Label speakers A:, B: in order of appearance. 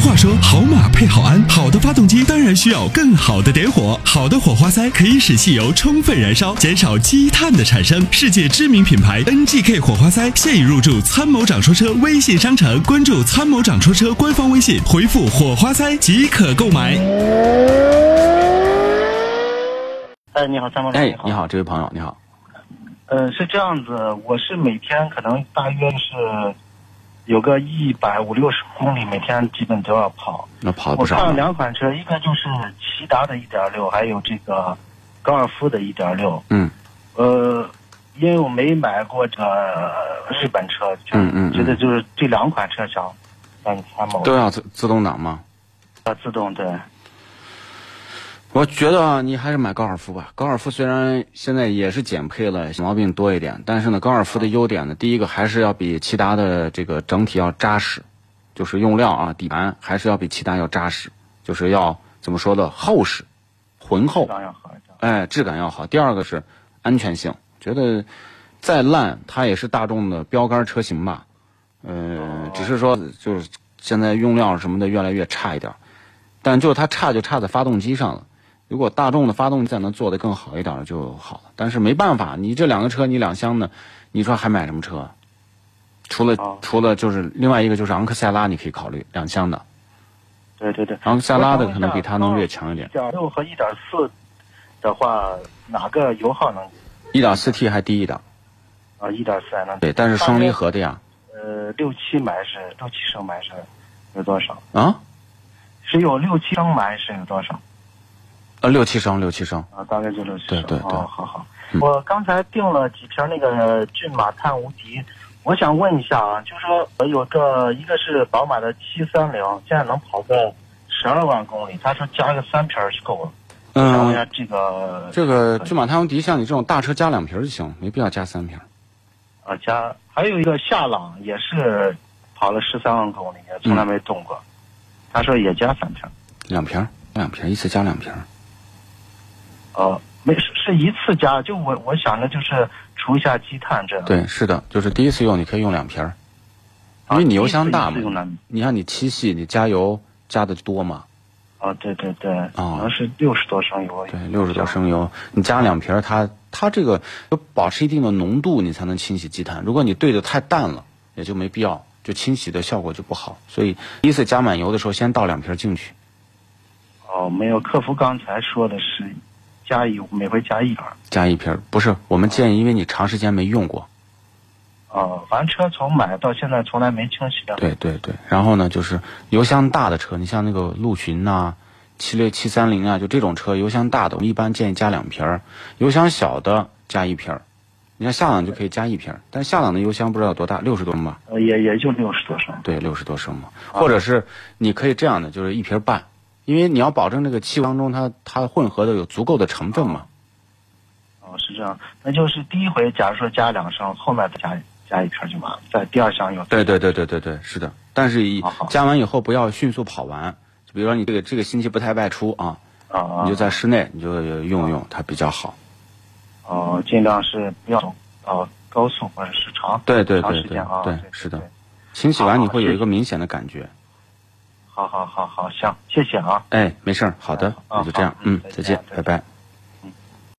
A: 话说，好马配好鞍，好的发动机当然需要更好的点火。好的火花塞可以使汽油充分燃烧，减少积碳的产生。世界知名品牌 NGK 火花塞现已入驻参谋长说车微信商城，关注参谋长说车官方微信，回复火花塞即可购买。
B: 哎，你好，参谋长。
C: 哎，你。好，这位朋友，你好。
B: 呃，是这样子，我是每天可能大约是有个一百五六十公里，每天基本都要跑。
C: 那跑了
B: 我
C: 不
B: 看
C: 少啊
B: 了
C: 呢。
B: 两款车，一个就是骐达的一点六，还有这个高尔夫的一点六。
C: 嗯
B: 呃，因为我没买过这日本车，就
C: 嗯嗯嗯
B: 觉得就是这两款车想让你参谋
C: 都要自自动挡吗？
B: 呃自动对。
C: 我觉得啊，你还是买高尔夫吧。高尔夫虽然现在也是减配了，小毛病多一点，但是呢，高尔夫的优点呢，第一个还是要比骐达的这个整体要扎实，就是用料啊，底盘还是要比骐达要扎实，就是要怎么说呢，厚实、浑厚。
B: 当然好一点。
C: 哎，质感要好。第二个是安全性，觉得再烂它也是大众的标杆车型吧。呃，
B: 哦
C: 只是说就是现在用料什么的越来越差一点儿，但就是它差就差在发动机上了。如果大众的发动机再能做得更好一点儿就好了，但是没办法，你这两个车你两厢的，你说还买什么车啊？除了、
B: 哦
C: 除了就是另外一个就是昂克赛拉，你可以考虑两厢的，
B: 对对对。
C: 昂克赛拉的可
B: 我想问一
C: 能
B: 下嗯
C: 比它能略强一点
B: 一。点六和一点四的话，哪个油耗能
C: 一点四 T 还低一点儿，
B: 啊？一点四还能
C: 对，但是双离合的呀，
B: 呃六七买是六七升买是有多少？
C: 啊。
B: 是有六七升买是有多少？
C: 呃，六七升，六七升。
B: 啊，大概就六七
C: 对
B: 升。
C: 对对
B: 哦，好好。
C: 嗯
B: 我刚才订了几瓶那个骏马碳无敌，我想问一下啊，就说我有个一个是宝马的七三零，现在能跑个十二万公里，他说加个三瓶儿是够了。我想问一下
C: 嗯，
B: 这个
C: 这个骏马探无敌，像你这种大车加两瓶儿就行，没必要加三瓶儿。
B: 啊，加还有一个夏朗也是跑了十三万公里，也从
C: 嗯
B: 来没动过。他说也加三瓶，
C: 两瓶儿，两瓶儿，一次加两瓶儿。
B: 呃，没是是一次加，就我我想着就是除一下积碳这样。
C: 对，是的，就是第一次用你可以用两瓶儿，因为你油箱大
B: 啊第一次用
C: 嘛
B: 的。
C: 你看你七系，你加油加的多嘛？
B: 啊，对对对，可
C: 哦
B: 能是六十多升油。
C: 对，六十多。升油，你加两瓶儿，它它这个要保持一定的浓度，你才能清洗积碳。如果你兑的太淡了，也就没必要，就清洗的效果就不好。所以第一次加满油的时候，先倒两瓶儿进去。
B: 哦，没有，客服刚才说的是加一，每回加一点儿。
C: 加一瓶儿，不是，我们建议，因为你长时间没用过，
B: 啊，反正车从买到现在从来没清洗的。
C: 对对对，然后呢，就是油箱大的车，你像那个陆巡呐、七六七三零啊，就这种车，油箱大的，我们一般建议加两瓶儿；油箱小的加一瓶儿。你看夏朗就可以加一瓶儿，但夏朗的油箱不知道有多大，六十多升吧？
B: 呃，也也就六十多升。
C: 对，六十多升嘛。或者是你可以这样的，就是一瓶儿半，因为你要保证这个气当中它它混合的有足够的成分嘛。
B: 哦，是这样，那就是第一回，假如说加两升，后面再加加一瓶就完了，在第二箱有。
C: 对对对对对对，是的。但是以
B: 好好
C: 加完以后不要迅速跑完，就比如说你这个这个星期不太外出啊，
B: 啊啊
C: 你就在室内你就用用它比较好。
B: 哦，尽量是不要走呃高速或者是长
C: 对对
B: 长
C: 对
B: 时
C: 对
B: 间啊。
C: 对
B: 对，
C: 是
B: 对
C: 的。清洗完
B: 好
C: 你会有
B: 谢
C: 一个明显的感觉。
B: 好好好好，行，谢谢啊。
C: 哎，没事儿，好的，
B: 啊
C: 那就这样
B: 好，
C: 嗯
B: 嗯，
C: 再
B: 再
C: 见
B: 见，
C: 拜
B: 再见
C: 拜。